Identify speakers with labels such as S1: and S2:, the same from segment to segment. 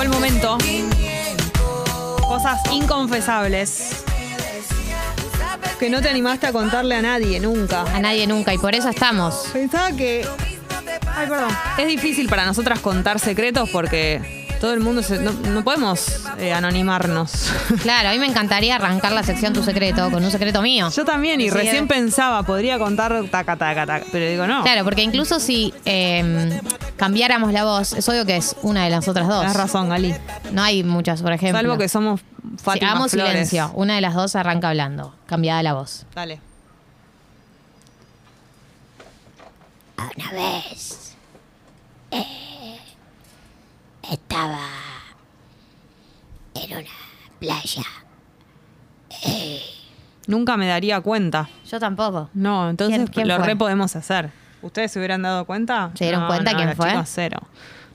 S1: el momento. Cosas inconfesables. Que no te animaste a contarle a nadie nunca.
S2: A nadie nunca, y por eso estamos.
S1: Pensaba que. Ay, perdón. Es difícil para nosotras contar secretos porque todo el mundo se- no, no podemos eh, anonimarnos.
S2: Claro, a mí me encantaría arrancar la sección Tu Secreto con un secreto mío.
S1: Yo también, y
S2: Sí,
S1: recién
S2: eh.
S1: pensaba, podría contar taca, taca, taca, pero digo no.
S2: Claro, porque incluso si eh, cambiáramos la voz, es obvio que es una de las otras dos.
S1: Tienes razón, Gali.
S2: No hay muchas, por ejemplo.
S1: Salvo que somos
S2: si
S1: Fátima
S2: hagamos
S1: Flores.
S2: silencio, una de las dos arranca hablando, cambiada la voz.
S1: Dale.
S3: Una vez eh, estaba en una playa.
S2: Eh.
S1: Nunca me daría cuenta.
S2: Yo tampoco.
S1: No, entonces
S2: ¿Quién- quién
S1: lo
S2: fue?
S1: re podemos hacer. ¿Ustedes se hubieran dado cuenta?
S2: ¿Se dieron
S1: No,
S2: cuenta
S1: no,
S2: quién
S1: los
S2: fue?
S1: chicos, cero.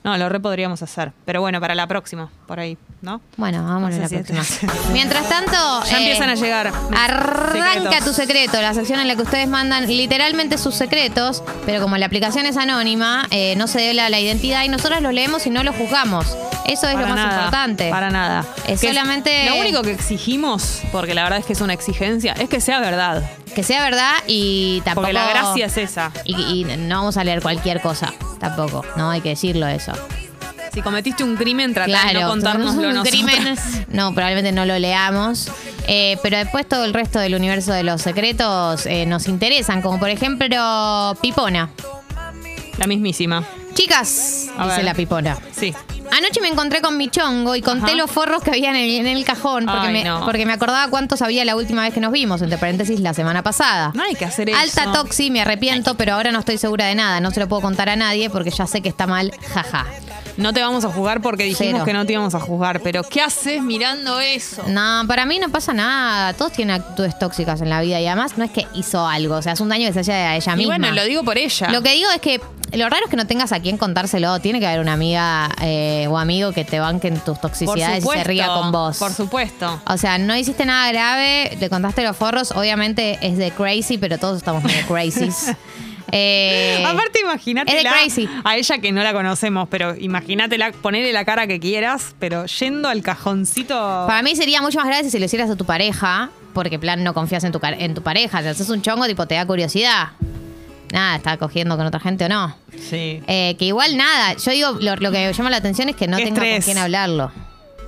S1: No, lo re podríamos hacer. Pero bueno, para la próxima, por ahí, ¿no?
S2: Bueno, vámonos
S1: No
S2: a
S1: sé
S2: la
S1: si
S2: próxima. Mientras tanto.
S1: Ya empiezan a llegar mis
S2: Eh, Arranca
S1: secretos.
S2: tu secreto, la sección en la que ustedes mandan literalmente sus secretos, pero como la aplicación es anónima, eh, no se devela la identidad y nosotros los leemos y no los juzgamos. Eso es
S1: Para
S2: lo más
S1: nada,
S2: importante.
S1: Para nada.
S2: Es
S1: Que
S2: solamente-
S1: Lo único que exigimos, porque la verdad es que es una exigencia, es que sea verdad.
S2: Que sea verdad y tampoco.
S1: Porque la gracia es esa.
S2: Y, y no vamos a leer cualquier cosa, tampoco. No hay que decirlo eso.
S1: Si cometiste un crimen, tratá de no contárnoslo
S2: un
S1: nosotras.
S2: crimen. No, probablemente no lo leamos. Eh, pero después todo el resto del universo de los secretos eh, nos interesan, como por ejemplo Pipona.
S1: La mismísima.
S2: Chicas,
S1: A
S2: dice
S1: ver.
S2: la Pipona.
S1: Sí.
S2: Anoche me encontré con mi chongo y conté
S1: Ajá.
S2: los forros que había en el, en el cajón porque,
S1: Ay,
S2: me,
S1: no.
S2: porque me acordaba cuántos había la última vez que nos vimos, entre paréntesis, la semana pasada.
S1: No hay que hacer eso.
S2: Alta Toxi, me arrepiento, pero ahora no estoy segura de nada. No se lo puedo contar a nadie porque ya sé que está mal, jaja.
S1: No te vamos a juzgar porque dijimos
S2: Cero.
S1: que no te íbamos a juzgar, pero ¿qué haces mirando eso?
S2: No, para mí no pasa nada. Todos tienen actitudes tóxicas en la vida y además no es que hizo algo. O sea, es un daño que se haya a ella
S1: y
S2: misma.
S1: bueno, lo digo por ella.
S2: Lo que digo es que lo raro es que no tengas a quién contárselo. Tiene que haber una amiga eh, o amigo que te banquen tus
S1: por
S2: toxicidades
S1: supuesto,
S2: y se ría con vos.
S1: Por supuesto.
S2: O sea, no hiciste nada grave, te contaste los forros. Obviamente es de crazy, pero todos estamos medio crazies. Eh,
S1: Aparte, imagínatela
S2: es de crazy.
S1: a ella que no la conocemos, pero imagínatela, ponele la cara que quieras, pero yendo al cajoncito.
S2: Para mí sería mucho más grave si lo hicieras a tu pareja, porque plan no confías en tu, car- en tu pareja. Te haces un chongo, tipo, te da curiosidad. Nada, está cogiendo con otra gente o no.
S1: Sí.
S2: Eh, que igual nada, yo digo, lo, lo que me llama la atención es que no
S1: Qué
S2: tenga con
S1: estrés.
S2: quién hablarlo.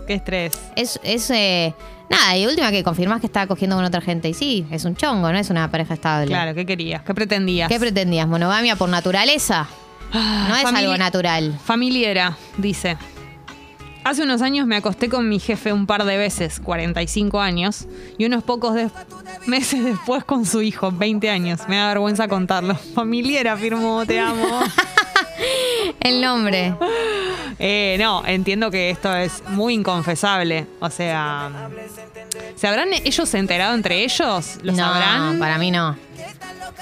S1: Qué estrés.
S2: Es, es eh, nada, y última que confirmás que está cogiendo con otra gente. Y sí, es un chongo, no es una pareja estable.
S1: Claro, ¿qué querías? ¿Qué pretendías?
S2: ¿Qué pretendías? ¿Monogamia por naturaleza? No es
S1: Famili-
S2: algo natural.
S1: Familiera, dice. Hace unos años me acosté con mi jefe un par de veces, 45 años, y unos pocos de- meses después con su hijo, 20 años. Me da vergüenza contarlo. Familiera, firmó, te amo.
S2: El nombre.
S1: Eh, no, entiendo que esto es muy inconfesable. O sea, ¿se habrán ellos enterado entre ellos? ¿Lo
S2: no,
S1: sabrán?
S2: para mí no.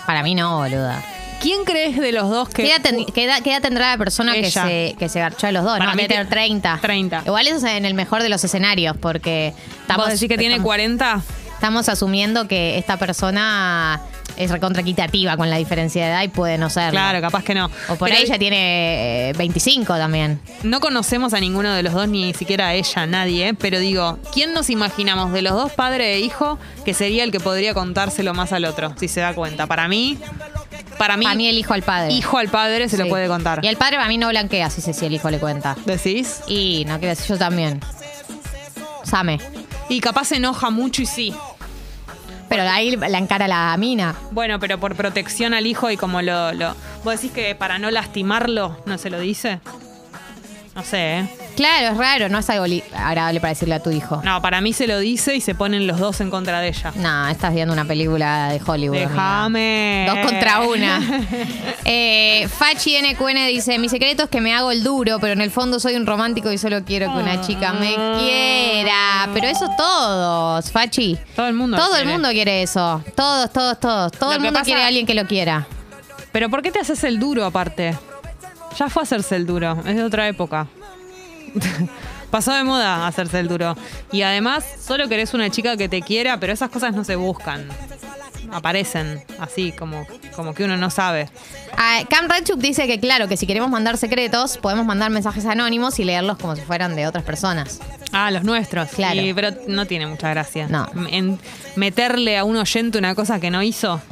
S2: Para mí no, boluda.
S1: ¿Quién crees de los dos que...
S2: ¿Qué edad, ten- qué edad- qué edad tendrá la persona que
S1: Ella.
S2: se, que se garchó a los dos?
S1: Para
S2: no,
S1: mí
S2: debe tener
S1: tiene-
S2: 30.
S1: 30.
S2: Igual eso es en el mejor de los escenarios, porque estamos,
S1: ¿Vos decís que tiene
S2: estamos-
S1: 40?
S2: estamos asumiendo que esta persona es recontraquitativa con la diferencia de edad y puede no serlo.
S1: Claro, capaz que no.
S2: O por
S1: Pero
S2: ahí ya tiene eh, 25 también.
S1: No conocemos a ninguno de los dos, ni siquiera a ella, nadie, ¿eh? pero digo, ¿quién nos imaginamos de los dos, padre e hijo, que sería el que podría contárselo más al otro, si se da cuenta? Para mí, para mí,
S2: Para mí el hijo al padre.
S1: hijo al padre se lo
S2: Sí.
S1: puede contar.
S2: Y al padre para mí no blanquea si, se- si el hijo le cuenta.
S1: ¿Decís?
S2: Y no quiero decir yo también. Same.
S1: Y capaz se enoja mucho y sí.
S2: Pero ahí la encara la mina.
S1: Bueno, pero por protección al hijo y como lo, lo... ¿Vos decís que para no lastimarlo no se lo dice? No sé, ¿eh?
S2: Claro, es raro, no es algo li- agradable para decirle a tu hijo.
S1: No, para mí se lo dice y se ponen los dos en contra de ella.
S2: No, estás viendo una película de Hollywood. amiga.
S1: Déjame.
S2: Dos contra una. Eh, Fachi NQN dice: Mi secreto es que me hago el duro, pero en el fondo soy un romántico y solo quiero que una chica me
S1: Ah.
S2: quiera. Pero eso todos, Fachi.
S1: Todo el mundo lo
S2: Todo el
S1: quiere.
S2: mundo quiere eso. Todos, todos, todos. Todo
S1: Lo
S2: el
S1: que
S2: mundo
S1: pasa-
S2: quiere a alguien que lo quiera.
S1: Pero ¿por qué te haces el duro aparte? Ya fue hacerse el duro, es de otra época. Pasó de moda hacerse el duro. Y además, solo querés una chica que te quiera, pero esas cosas no se buscan. aparecen así, como, como que uno no sabe.
S2: Ah, Cam Ratchuk dice que claro, que si queremos mandar secretos, podemos mandar mensajes anónimos y leerlos como si fueran de otras personas.
S1: Ah, los nuestros.
S2: Claro.
S1: Y- pero no tiene mucha gracia.
S2: No.
S1: En meterle a un oyente una cosa que no hizo.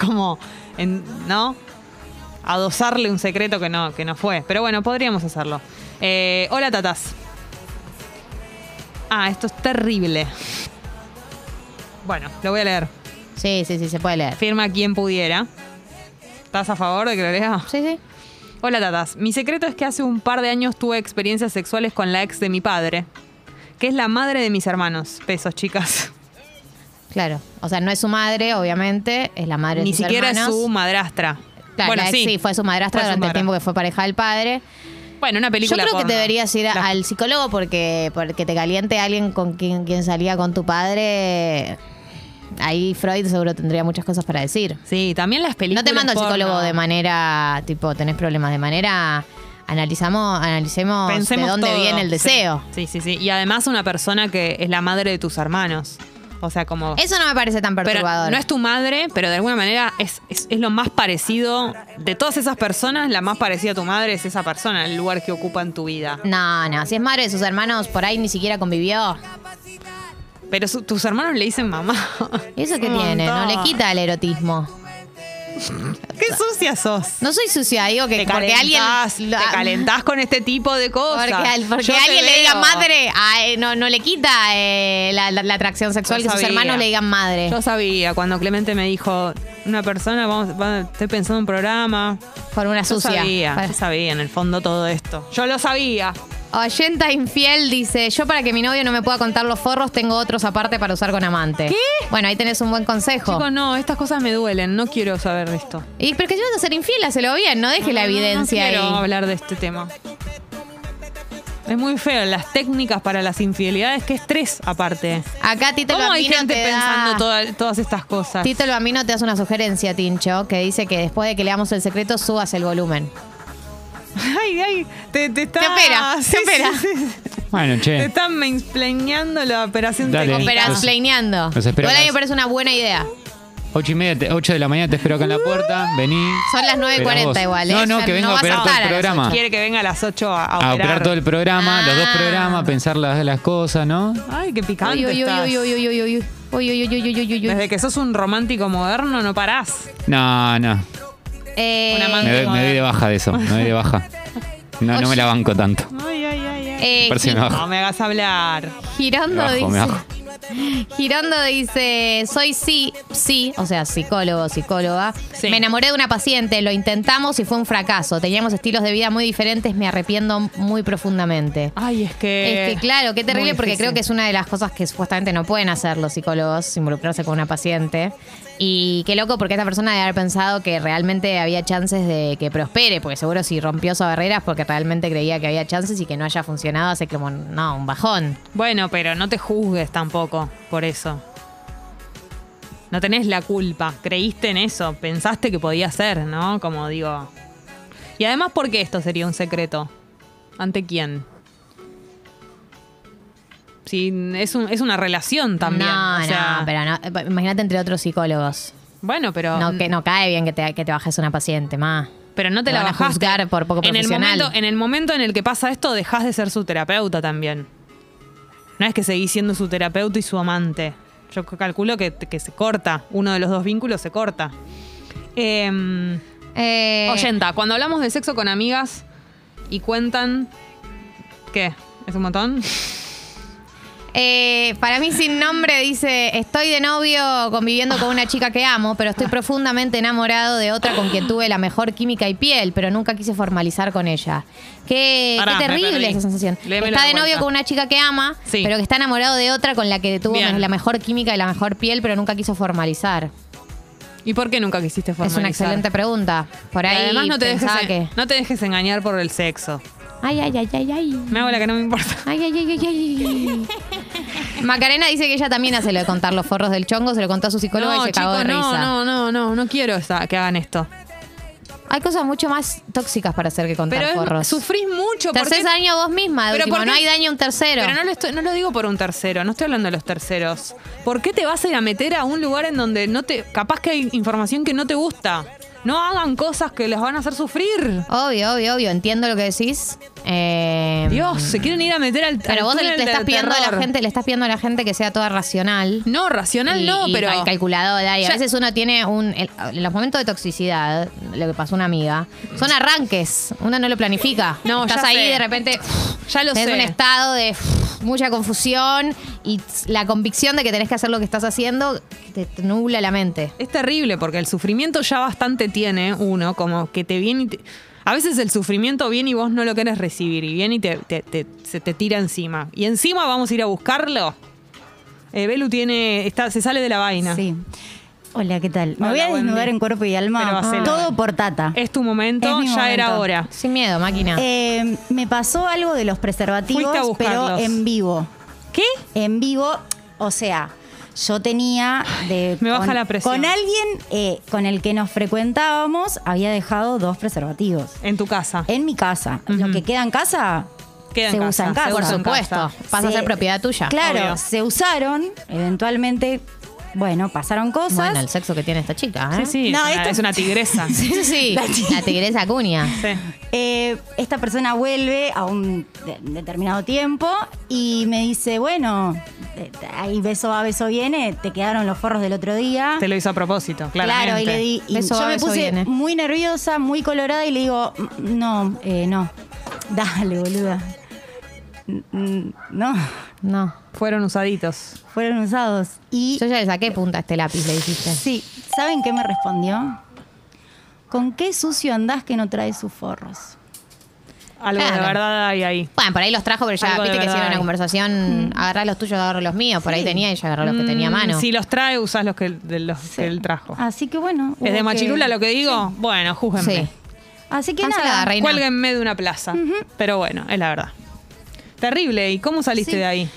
S1: Como, en- ¿no? Adosarle un secreto que no, que no fue. Pero bueno, podríamos hacerlo. Eh, hola, tatas. Ah, esto es terrible. Bueno, lo voy a leer.
S2: Sí, sí, sí, se puede leer.
S1: Firma quien pudiera. ¿Estás a favor de que lo lea?
S2: Sí, sí.
S1: Hola, tatas. Mi secreto es que hace un par de años tuve experiencias sexuales con la ex de mi padre, que es la madre de mis hermanos. Pesos, chicas.
S2: Claro. O sea, no es su madre, obviamente, es la madre
S1: Ni
S2: de sus
S1: siquiera
S2: hermanos.
S1: es su madrastra.
S2: Claro,
S1: bueno,
S2: la ex
S1: sí.
S2: sí, fue su
S1: Fue
S2: madrastra
S1: su
S2: durante el
S1: madra.
S2: tiempo que fue pareja del padre.
S1: Bueno, una
S2: Yo
S1: película
S2: creo
S1: porno.
S2: que deberías ir a-
S1: La-
S2: al psicólogo porque, porque te caliente alguien con quien, quien salía con tu padre. Ahí Freud seguro tendría muchas cosas para decir.
S1: Sí, también las películas
S2: No te mando al
S1: porno.
S2: psicólogo de manera, tipo, tenés problemas de manera. Analizamos, analicemos
S1: Pensemos
S2: de dónde
S1: todo.
S2: viene el
S1: Sí.
S2: deseo.
S1: Sí, sí, sí. Y además una persona que es la madre de tus hermanos. O sea, como...
S2: Eso no me parece tan
S1: Pero
S2: perturbador.
S1: no es tu madre, pero de alguna manera es, es- es lo más parecido de todas esas personas, la más parecida a tu madre es esa persona, el lugar que ocupa en tu vida.
S2: no, no, si es madre de sus hermanos, por ahí ni siquiera convivió.
S1: Pero su- tus hermanos le dicen mamá.
S2: ¿Y eso
S1: Es
S2: qué
S1: un
S2: tiene? No le
S1: montón.
S2: quita el erotismo.
S1: Qué sucia sos.
S2: No soy sucia, digo que
S1: Te
S2: porque alguien.
S1: calentás, te calentás con este tipo de cosas.
S2: Porque, al- porque
S1: Yo te
S2: alguien le
S1: veo.
S2: diga madre, ay, no, no le quita eh, la, la- la atracción sexual
S1: Yo
S2: que sus
S1: sabía.
S2: hermanos le digan madre.
S1: Yo sabía, cuando Clemente me dijo, una persona, vamos, va- estoy pensando en un programa.
S2: por una
S1: Yo
S2: sucia.
S1: sabía,
S2: Para-
S1: yo sabía en el fondo todo esto. Yo lo sabía.
S2: Oyenta infiel dice, yo para que mi novio no me pueda contar los forros, tengo otros aparte para usar con amante.
S1: ¿Qué?
S2: Bueno, ahí tenés un buen consejo.
S1: Chicos, no, estas cosas me duelen, no quiero saber de esto.
S2: Y pero que si vas a ser infiel, hacelo bien, no deje la
S1: No, no,
S2: evidencia
S1: no, quiero
S2: ahí.
S1: hablar de este tema. Es muy feo, las técnicas para las infidelidades, que estrés aparte.
S2: Acá Tito el
S1: ¿Cómo hay
S2: Bambino
S1: gente
S2: te da-
S1: pensando toda- todas estas cosas?
S2: Tito el Bambino te hace una sugerencia, Tincho, que dice que después de que leamos el secreto, subas el volumen.
S1: Ay, ay, te, te está...
S2: Te opera, te opera.
S4: Bueno,
S1: Te
S2: Eh.
S4: che.
S1: están mainsplaneando la operación
S4: Dale.
S1: técnica.
S2: Operas planeando.
S4: Los esperamos.
S2: Igual a mí me parece una buena idea.
S4: Ocho y media, te- ocho de la mañana te espero acá en la puerta. Vení.
S2: Uh. Son las
S4: Esperá vos.
S2: 9.40 igual, ¿eh?
S4: No, no,
S2: Ya
S4: que venga a
S2: vas
S4: operar todo
S2: estar
S4: el
S2: a las
S4: programa.
S2: ocho.
S1: Quiere que venga a las 8 a, a
S4: A operar todo el programa, los dos
S2: Ah.
S4: programas, pensar las, las cosas, ¿no?
S1: Ay, qué picante
S2: Uy, uy,
S1: estás.
S2: uy, uy, uy, uy, uy, uy. Uy, uy, uy, uy, uy, uy, uy.
S1: Desde que sos un romántico moderno no parás.
S4: No, no.
S2: Eh,
S1: Una manga.
S4: Me, doy- me doy de baja de eso. Me doy de baja. No, no me la banco tanto.
S1: Ay, ay, ay, ay.
S2: eh,
S4: Parece que
S2: gi-
S4: me bajo.
S1: No me hagas hablar.
S4: Me
S2: Girondo
S4: bajo, me
S2: dice.
S4: bajo.
S2: Girondo dice, soy sí, sí, o sea, psicólogo, psicóloga.
S1: Sí.
S2: Me enamoré de una paciente, lo intentamos y fue un fracaso. Teníamos estilos de vida muy diferentes, me arrepiento muy profundamente.
S1: Ay, es que.
S2: Es que claro, qué terrible
S1: Eh, muy
S2: porque
S1: difícil.
S2: creo que es una de las cosas que supuestamente no pueden hacer los psicólogos, involucrarse con una paciente. Y qué loco porque esta persona debe haber pensado que realmente había chances de que prospere, porque seguro si rompió esa barrera es porque realmente creía que había chances y que no haya funcionado hace como, no, un bajón.
S1: Bueno, pero no te juzgues tampoco por eso. No tenés la culpa. Creíste en eso. Pensaste que podía ser, ¿no? Como digo. Y además, ¿por qué esto sería un secreto? ¿Ante quién? Si es, un- es una relación también.
S2: no,
S1: o sea,
S2: no, pero no, imagínate entre otros psicólogos.
S1: Bueno, pero.
S2: No, que, no cae bien que te, que te bajes una paciente, más.
S1: Pero no te
S2: Te
S1: la
S2: van a
S1: bajaste.
S2: juzgar por poco
S1: en el,
S2: profesional.
S1: momento, en el momento en el que pasa esto, dejas de ser su terapeuta también. No es que seguís siendo su terapeuta y su amante. Yo calculo que, que se corta. Uno de los dos vínculos se corta. Eh, oyenta, cuando hablamos de sexo con amigas y cuentan. ¿Qué? ¿Es un montón?
S2: Eh, para mí sin nombre dice, estoy de novio conviviendo con una chica que amo, pero estoy profundamente enamorado de otra con quien tuve la mejor química y piel, pero nunca quise formalizar con ella. Qué,
S1: Pará,
S2: qué
S1: me perdí.
S2: terrible esa sensación.
S1: Léemelo
S2: está
S1: de
S2: de novio
S1: vuelta.
S2: con una chica que ama,
S1: Sí.
S2: pero que está enamorado de otra con la que tuvo
S1: Bien.
S2: la mejor química y la mejor piel, pero nunca quiso formalizar.
S1: ¿Y por qué nunca quisiste
S2: Es
S1: formalizar?
S2: una excelente pregunta. Por
S1: Y
S2: ahí
S1: Además, no te, dejes,
S2: pensaba que...
S1: no te dejes engañar por el sexo.
S2: Ay, ay, ay, ay, ay.
S1: Me hago la que no me importa.
S2: Ay, ay, ay, ay, ay. Macarena dice que ella también hace lo de contar los forros del chongo, se lo contó a su psicóloga y se cagó de
S1: no,
S2: risa.
S1: no, no, no, no quiero esa- que hagan esto.
S2: Hay cosas mucho más tóxicas para hacer que contar
S1: Pero es-
S2: forros.
S1: sufrís mucho.
S2: Te
S1: ¿por
S2: haces
S1: qué?
S2: daño vos misma, de
S1: Pero
S2: último,
S1: ¿por
S2: no
S1: qué?
S2: hay daño a un tercero.
S1: Pero no lo, estoy- no lo digo por un tercero, no estoy hablando de los terceros. ¿Por qué te vas a ir a meter a un lugar en donde no te. capaz que hay información que no te gusta? No hagan cosas que les van a hacer sufrir.
S2: Obvio, obvio, obvio, entiendo lo que decís. Eh,
S1: Dios, se quieren ir a meter al
S2: Pero
S1: al
S2: vos le,
S1: túnel
S2: te estás
S1: del
S2: pidiendo a la
S1: terror.
S2: gente, le estás pidiendo a la gente que sea toda racional.
S1: No, racional
S2: y-
S1: no,
S2: y
S1: pero.
S2: cal- calculadora. Y a
S1: Ya-
S2: veces uno tiene un. el- en los momentos de toxicidad, lo que pasó a una amiga, son arranques. Uno no lo planifica.
S1: No,
S2: Estás
S1: ya
S2: ahí
S1: sé.
S2: de repente.
S1: Ya lo
S2: tenés
S1: sé.
S2: un estado de mucha confusión y tss, la convicción de que tenés que hacer lo que estás haciendo te, te nubla la mente.
S1: Es terrible porque el sufrimiento ya bastante tiene uno, como que te viene y te- A veces el sufrimiento viene y vos no lo querés recibir y viene y te, te- te- se te tira encima. Y encima vamos a ir a buscarlo. Eh, Belu tiene, está, se sale de la vaina.
S5: Sí. Hola, ¿qué tal? Me
S1: Hola,
S5: voy a
S1: Wendy.
S5: desnudar en cuerpo y
S1: Pero
S5: alma.
S1: hacelo.
S5: Todo por Tata.
S1: Es tu momento,
S5: Es mi
S1: ya era
S5: momento.
S1: hora.
S2: Sin miedo, máquina.
S5: Eh, me pasó algo de los preservativos,
S1: Fuiste a buscarlos.
S5: pero en vivo.
S1: ¿Qué?
S5: En vivo, o sea, yo tenía de
S1: Me baja la presión.
S5: con alguien eh, con el que nos frecuentábamos, había dejado dos preservativos
S1: En tu casa.
S5: en mi casa.
S1: Ah. Ujú.
S5: Lo que queda en casa
S1: Queda en
S5: se
S1: casa,
S5: usa en
S1: se
S5: casa.
S2: Por
S1: usa en
S2: supuesto.
S1: casa.
S2: Pasa a
S5: Se-
S2: ser propiedad tuya.
S5: Claro,
S1: obvio.
S5: se usaron, eventualmente, bueno, pasaron cosas.
S2: Bueno, el sexo que tiene esta chica. ¿eh?
S1: Sí, sí,
S5: No,
S1: es, una,
S5: esto-
S1: es una tigresa. Sí.
S2: Sí, sí. La tigresa cuña.
S5: Eh, esta persona vuelve a un de- determinado tiempo y me dice, bueno, eh, ahí beso va, beso viene, te quedaron los forros del otro día.
S1: Te lo hizo a propósito, claramente.
S5: Claro, y le di, y
S2: Beso
S5: yo
S2: va,
S5: me
S2: beso
S5: puse
S2: viene.
S5: muy nerviosa, muy colorada y le digo, "Mm, no, eh, no, dale, boluda. N- n- No,
S2: No.
S1: Fueron usaditos.
S5: fueron usados. Y
S2: Yo ya le saqué punta a este lápiz, le dijiste.
S5: sí, ¿saben qué me respondió? ¿Con qué sucio andás que no traes sus forros?
S1: Algo de
S2: Claro.
S1: verdad hay ahí.
S2: Bueno, por ahí los trajo, pero ya
S1: Algo de
S2: viste que
S1: verdad Mm.
S2: hicieron
S1: hay.
S2: una conversación, agarrá los tuyos, agarrá los míos, por ahí tenía y ella agarró los que tenía a mano.
S1: Mm, Si los trae, usás los que, de los que él trajo.
S5: Así que bueno.
S1: ¿Es
S5: hubo
S1: de
S5: que-
S1: machirula lo que digo? Bueno, júzguenme.
S2: sí.
S5: Así
S1: Ah,
S5: que
S2: Pásala,
S5: nada,
S2: Rey. Reina.
S1: Cuélguenme de una plaza. Pero bueno, es la verdad. Terrible. ¿Y cómo saliste
S5: Sí.
S1: de ahí?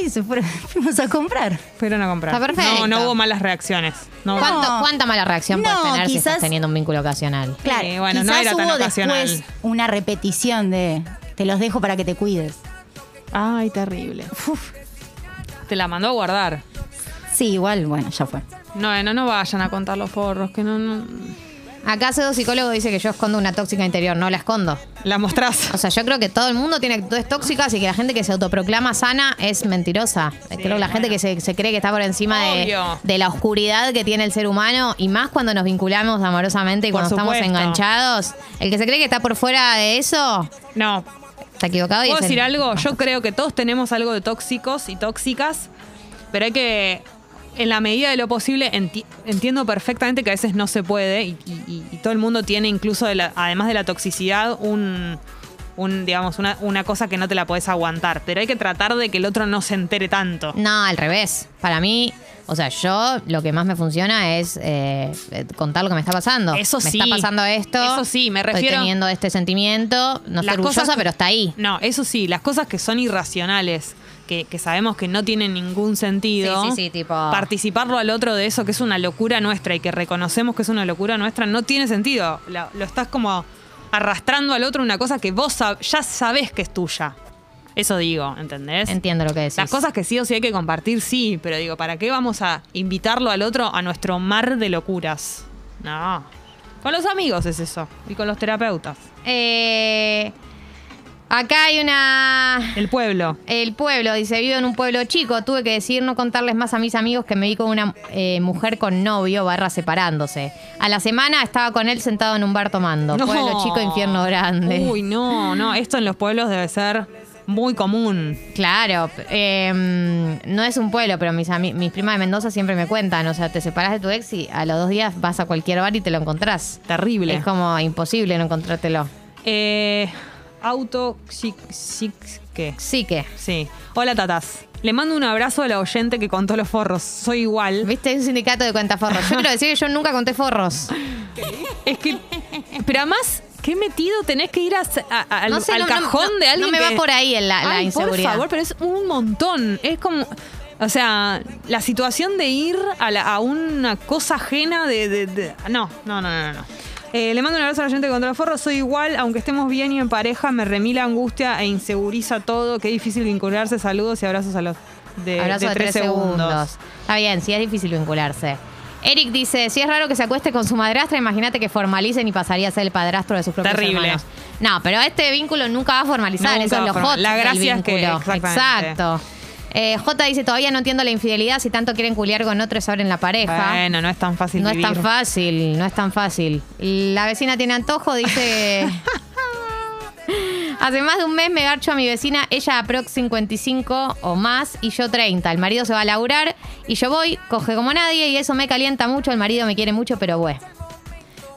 S5: Ey, se fueron- fuimos a comprar.
S1: Fueron a comprar.
S2: Está
S1: No,
S2: perfecto.
S1: no hubo malas reacciones. No,
S5: ¿Cuánto?
S2: ¿Cuánto- ¿Cuánta mala reacción
S5: No,
S2: puedes tener si estás
S5: quizás-
S2: teniendo un vínculo ocasional?
S5: Claro,
S1: bueno, no
S5: quizás
S1: era tan
S5: hubo
S1: ocasional.
S5: después una repetición de te los dejo para que te cuides.
S1: Ay, terrible. Uf. Te la mandó a guardar.
S5: Sí, igual, bueno, ya fue.
S1: No, eh, no, no vayan a contar los forros, que no, no-
S2: Acá hace dos psicólogos dice que yo escondo una tóxica interior, no la escondo.
S1: La mostrás.
S2: O sea, yo creo que todo el mundo tiene actitudes tóxicas y que la gente que se autoproclama sana es mentirosa. creo que la gente que se, se cree que está por encima de,
S1: Obvio.
S2: de la oscuridad que tiene el ser humano y más cuando nos vinculamos amorosamente y
S1: Por
S2: cuando estamos
S1: supuesto.
S2: enganchados, el que se cree que está por fuera de eso
S1: No.
S2: está equivocado. y
S1: ¿Puedo
S2: es el-
S1: decir algo? Yo creo que todos tenemos algo de tóxicos y tóxicas, pero hay que, en la medida de lo posible, enti- entiendo perfectamente que a veces no se puede y, y- y- y todo el mundo tiene incluso, de la- además de la toxicidad, un, un, digamos, una, una cosa que no te la podés aguantar, pero hay que tratar de que el otro no se entere tanto.
S2: No, al revés. Para mí, o sea, yo lo que más me funciona es eh, eh, contar lo que me está pasando.
S1: Eso
S2: me
S1: sí.
S2: está pasando esto.
S1: Eso sí, me refiero-
S2: Estoy teniendo este sentimiento. No
S1: Las cosas
S2: estoy orgullosa,
S1: que-
S2: pero está ahí.
S1: No, eso sí, las cosas que son irracionales, que, que sabemos que no tienen ningún sentido.
S2: Sí, sí, sí, tipo-
S1: Participarlo al otro de eso, que es una locura nuestra y que reconocemos que es una locura nuestra, no tiene sentido. La- lo estás como arrastrando al otro una cosa que vos sab- ya sabés que es tuya. Eso digo, ¿entendés?
S2: Entiendo lo que decís.
S1: Las cosas que sí o sí hay que compartir, sí, pero digo, ¿para qué vamos a invitarlo al otro a nuestro mar de locuras? No. Con los amigos es eso, y con los terapeutas.
S2: Eh, acá hay una.
S1: El pueblo.
S2: El pueblo, dice, vivo en un pueblo chico. Tuve que decidir no contarles más a mis amigos que me vi con una eh, mujer con novio barra separándose. A la semana estaba con él sentado en un bar tomando.
S1: No.
S2: Pueblo chico, infierno grande.
S1: Uy, no, no, esto en los pueblos debe ser muy común.
S2: Claro, p- em, no es un pueblo, pero mis, ami- mis primas de Mendoza siempre me cuentan, o sea, te separás de tu ex y a los dos días vas a cualquier bar y te lo encontrás.
S1: Terrible.
S2: Es como imposible no encontrártelo.
S1: Eh, auto. xic- xic- ¿Qué?
S2: Sí que,
S1: Sí. Hola, tatas. Le mando un abrazo a la oyente que contó los forros. Soy igual.
S2: viste, hay un sindicato de cuentaforros. Yo quiero decir que yo nunca conté forros.
S1: Es que. Pero además, qué metido tenés que ir a- a- a- al,
S2: No sé,
S1: al
S2: no- no-
S1: cajón
S2: no-
S1: de alguien.
S2: no me va
S1: que-
S2: por ahí en la- la
S1: Ay,
S2: inseguridad.
S1: Por favor, pero es un montón. Es como. O sea, la situación de ir a, la- a una cosa ajena de, de- de- No, no, no, no, no. Eh, le mando un abrazo a la gente de Contraforro. Soy igual, aunque estemos bien y en pareja, me remila angustia e inseguriza todo. Qué difícil vincularse. Saludos y abrazos a los de,
S2: Abrazo de
S1: de tres, segundos.
S2: Está bien, sí, es difícil vincularse. Eric dice, si es raro que se acueste con su madrastra, imagínate que formalicen y pasaría a ser el padrastro de sus propios
S1: Terrible.
S2: hermanos. No, pero este vínculo nunca va a formalizar,
S1: Nunca
S2: eso
S1: va
S2: es
S1: a
S2: lo
S1: formalizar.
S2: hot
S1: La
S2: del
S1: gracia es que-
S2: vínculo.
S1: exactamente.
S2: Exacto. Eh, J dice, todavía no entiendo la infidelidad, si tanto quieren culiar con otro es ahora en la pareja.
S1: Bueno, no es tan fácil
S2: no
S1: vivir.
S2: es tan fácil, no es tan fácil. La vecina tiene antojo, dice. Hace más de un mes me garcho a mi vecina, ella aprox 55 o más y yo 30. El marido se va a laburar y yo voy, coge como nadie y eso me calienta mucho, el marido me quiere mucho, pero bueno.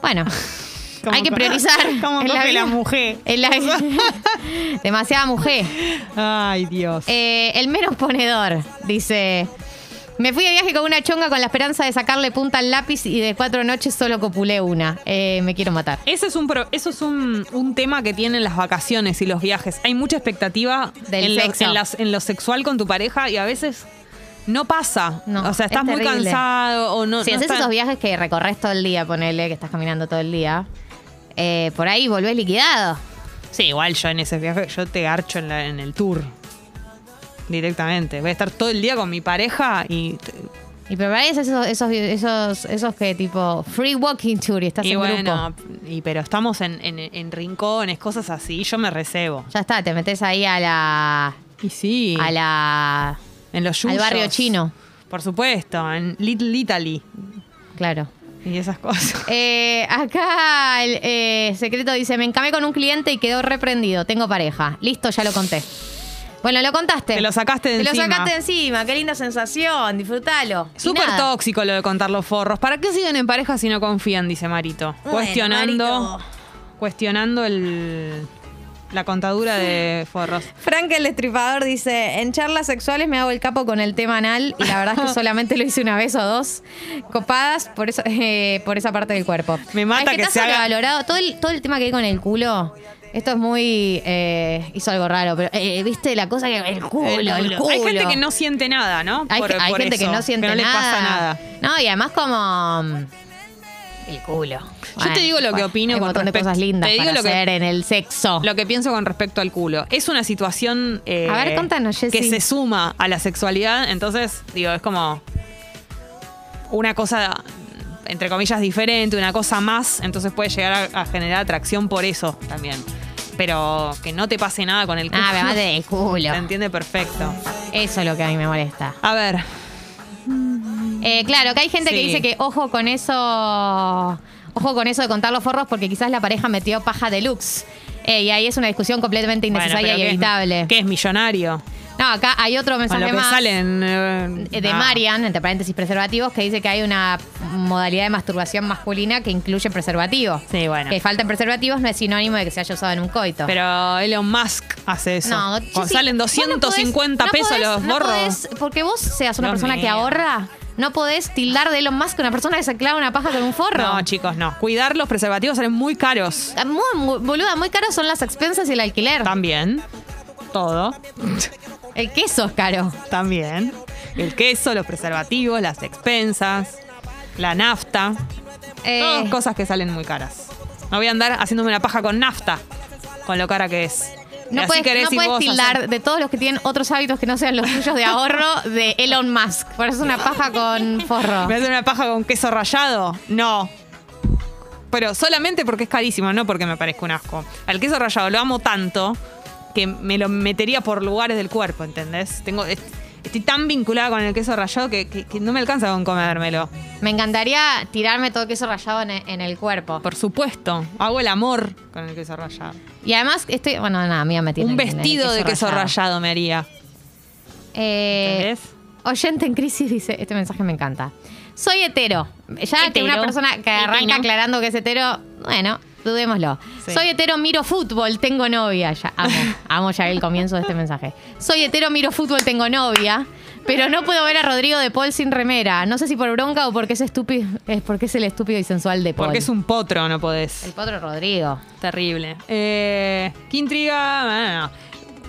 S2: Bueno,
S1: Como
S2: hay que
S1: co-
S2: priorizar.
S1: Como
S2: en
S1: coge la,
S2: vida.
S1: mujer.
S2: En la- Demasiada mujer.
S1: Ay, Dios.
S2: Eh, el menos ponedor, dice. Me fui de viaje con una chonga con la esperanza de sacarle punta al lápiz y de cuatro noches solo copulé una. Eh, me quiero matar.
S1: Eso es, un, pro- eso es un, un tema que tienen las vacaciones y los viajes. Hay mucha expectativa
S2: Del
S1: en, lo,
S2: sexo.
S1: en las- en lo sexual con tu pareja y a veces no pasa.
S2: No,
S1: o sea, estás
S2: es
S1: muy
S2: terrible.
S1: cansado o no.
S2: si
S1: no
S2: haces
S1: está-
S2: esos viajes que recorres todo el día, ponele que estás caminando todo el día, eh, por ahí volvés liquidado.
S1: Sí, igual yo en ese viaje, yo te garcho en, la- en el tour. Directamente. Voy a estar todo el día con mi pareja y.
S2: Y pero por ahí es esos, esos, esos, esos que tipo free walking tour y estás
S1: y
S2: en
S1: bueno,
S2: grupo.
S1: y, pero estamos en, en- en rincones, cosas así. Yo me recebo.
S2: Ya está, te metes ahí a la.
S1: Y sí.
S2: a la.
S1: en los
S2: al
S1: yuyos.
S2: barrio chino.
S1: Por supuesto, en Little Italy
S2: Claro.
S1: y esas cosas.
S2: Eh, acá el eh, secreto dice: Me encamé con un cliente y quedó reprendido. Tengo pareja. Listo, ya lo conté. Bueno, lo contaste.
S1: Te lo sacaste de
S2: Te
S1: encima.
S2: lo sacaste de encima. Qué linda sensación. Disfrútalo. Y
S1: Súper
S2: nada.
S1: tóxico lo de contar los forros. ¿Para qué siguen en pareja si no confían? Dice Marito.
S5: Bueno,
S1: cuestionando.
S5: Marito.
S1: Cuestionando el. La contadura de forros.
S2: Frank el Destripador dice, en charlas sexuales me hago el capo con el tema anal y la verdad es que solamente lo hice una vez o dos copadas por, eso, eh, por esa parte del cuerpo.
S1: Me mata
S2: Ay,
S1: que
S2: está
S1: se haga-
S2: sobrevalorado. Todo el, todo el tema que hay con el culo, esto es muy... eh, hizo algo raro, pero eh, viste la cosa que... El culo, el, culo.
S1: Hay gente que no siente nada, ¿no?
S2: Hay,
S1: Por-
S2: hay
S1: por
S2: gente
S1: eso,
S2: que no siente
S1: no
S2: nada.
S1: le pasa nada.
S2: No, y además como... mm, El culo.
S1: Yo te digo lo que opino
S2: Hay un
S1: con
S2: montón de
S1: respecto-
S2: cosas lindas
S1: te digo
S2: para
S1: lo que-
S2: hacer en el sexo.
S1: Lo que pienso con respecto al culo. Es una situación eh,
S2: A ver, contanos, Jessy.
S1: que se suma a la sexualidad. Entonces, digo, es como una cosa, entre comillas, diferente, una cosa más. Entonces puede llegar a, a generar atracción por eso también. Pero que no te pase nada con el culo.
S2: Ah, me mate del culo.
S1: Se entiende perfecto.
S2: Eso es lo que a mí me molesta.
S1: A ver,
S2: Eh, claro, que hay gente que
S1: Sí.
S2: dice que ojo con eso. Ojo con eso de contar los forros porque quizás la pareja metió paja deluxe. Eh, y ahí es una discusión completamente
S1: bueno,
S2: innecesaria
S1: pero
S2: y
S1: ¿qué es-
S2: evitable.
S1: ¿Qué es millonario?
S2: No, acá hay otro
S1: Con lo
S2: mensaje
S1: que
S2: más
S1: salen.
S2: eh,
S1: Ah.
S2: de Marian, entre paréntesis preservativos, que dice que hay una modalidad de masturbación masculina que incluye preservativo.
S1: Sí, bueno.
S2: Que faltan preservativos no es sinónimo de que se haya usado en un coito.
S1: Pero Elon Musk hace eso.
S2: No,
S1: O
S2: Jessy,
S1: salen
S2: vos no podés-
S1: 250
S2: no
S1: pesos
S2: podés-
S1: los
S2: no
S1: gorros.
S2: podés- porque vos seas una
S1: Dios
S2: persona que
S1: mío.
S2: ahorra, no podés tildar de Elon Musk una persona que se clava una paja con un forro.
S1: No, chicos, no. Cuidar los preservativos salen muy caros.
S2: Ah, muy, muy- boluda, muy caros son las expensas y el alquiler.
S1: También. Todo.
S2: El queso es caro.
S1: También. El queso, los preservativos, las expensas, la nafta.
S2: Eh,
S1: Todas cosas que salen muy caras. No voy a andar haciéndome una paja con nafta, con lo cara que es.
S2: no
S1: Así
S2: puedes,
S1: querés
S2: no
S1: y
S2: puedes
S1: vos
S2: tildar
S1: hacer-
S2: de todos los que tienen otros hábitos que no sean los suyos de ahorro de Elon Musk. Por eso es una paja con forro.
S1: ¿Me voy a hacer una paja con queso rallado? No. Pero solamente porque es carísimo, no porque me parezca un asco. Al queso rallado lo amo tanto que me lo metería por lugares del cuerpo, ¿entendés? Tengo, est- estoy tan vinculada con el queso rallado que, que- que no me alcanza con comérmelo.
S2: Me encantaría tirarme todo queso rallado en, en el cuerpo.
S1: Por supuesto, hago el amor con el queso rallado.
S2: Y además estoy... Bueno, nada, mía me tiene
S1: Un
S2: en el
S1: vestido de queso rallado. me haría.
S2: Eh,
S1: ¿Entendés?
S2: oyente en crisis dice, este mensaje me encanta. Soy hetero. Ya que
S1: Hetero.
S2: una persona que arranca
S1: Hetino.
S2: aclarando que es hetero, bueno, dudémoslo.
S1: Sí.
S2: Soy hetero, miro fútbol, tengo novia. Ya amo, amo ya el comienzo de este mensaje. Soy hetero, miro fútbol, tengo novia. Pero no puedo ver a Rodrigo de Paul sin remera. No sé si por bronca o porque es estúpido, es porque es el estúpido y sensual de Paul.
S1: Porque es un potro, no podés.
S2: el potro Rodrigo.
S1: Terrible. Eh, ¿Qué intriga? Ah,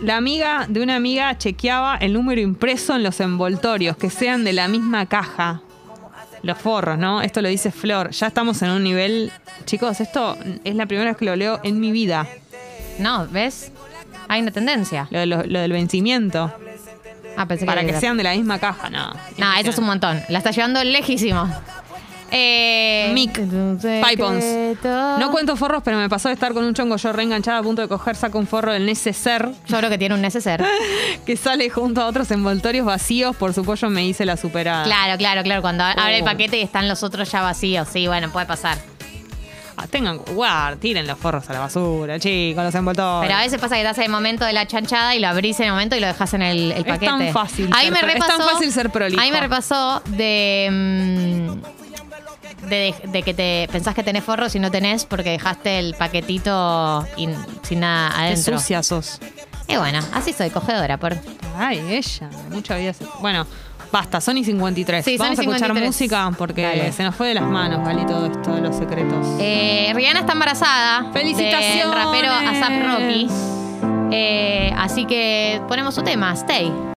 S1: La amiga de una amiga chequeaba el número impreso en los envoltorios, que sean de la misma caja. Los forros, ¿no? Esto lo dice Flor. Ya estamos en un nivel. Chicos, esto es la primera vez que lo leo en mi vida.
S2: No, ¿ves? Hay una tendencia.
S1: Lo, de lo- lo del vencimiento.
S2: Ah, pensé
S1: Para
S2: era
S1: que
S2: otra.
S1: sean de la misma caja, no.
S2: No, eso es un montón. La está llevando lejísimo. Eh,
S1: Mick, Pipons. No cuento forros, pero me pasó de estar con un chongo yo reenganchada a punto de coger, saco un forro del neceser
S2: Yo creo que tiene un neceser.
S1: que sale junto a otros envoltorios vacíos. Por supuesto, me hice la superada.
S2: Claro, claro, claro. Cuando abre el
S1: Oh.
S2: paquete y están los otros ya vacíos. Sí, bueno, puede pasar.
S1: Ah, tengan guard, tiren los forros a la basura, chicos, los envoltorios.
S2: Pero a veces pasa que te hace el momento de la chanchada y lo abrís en el momento y lo dejas en el, el
S1: Es tan
S2: paquete.
S1: fácil
S2: Ahí
S1: ser
S2: me
S1: pro- es
S2: repasó,
S1: tan fácil ser prolijo.
S2: Ahí me repasó de. mm, de, de que te pensás que tenés forros y no tenés porque dejaste el paquetito y- sin nada
S1: Qué
S2: adentro.
S1: sucia sos.
S2: Y bueno, así soy, cogedora. Por...
S1: Ay, ella, mucha vida. se- Bueno, basta, Sony 53.
S2: Sí,
S1: Vamos
S2: Sony
S1: a escuchar
S2: 53.
S1: música porque
S2: Dale.
S1: se nos fue de las manos, Gali, todo esto de los secretos.
S2: Eh, Rihanna está embarazada.
S1: ¡Felicitaciones!
S2: El rapero Asap Rocky. Eh, así que ponemos su tema, Stay.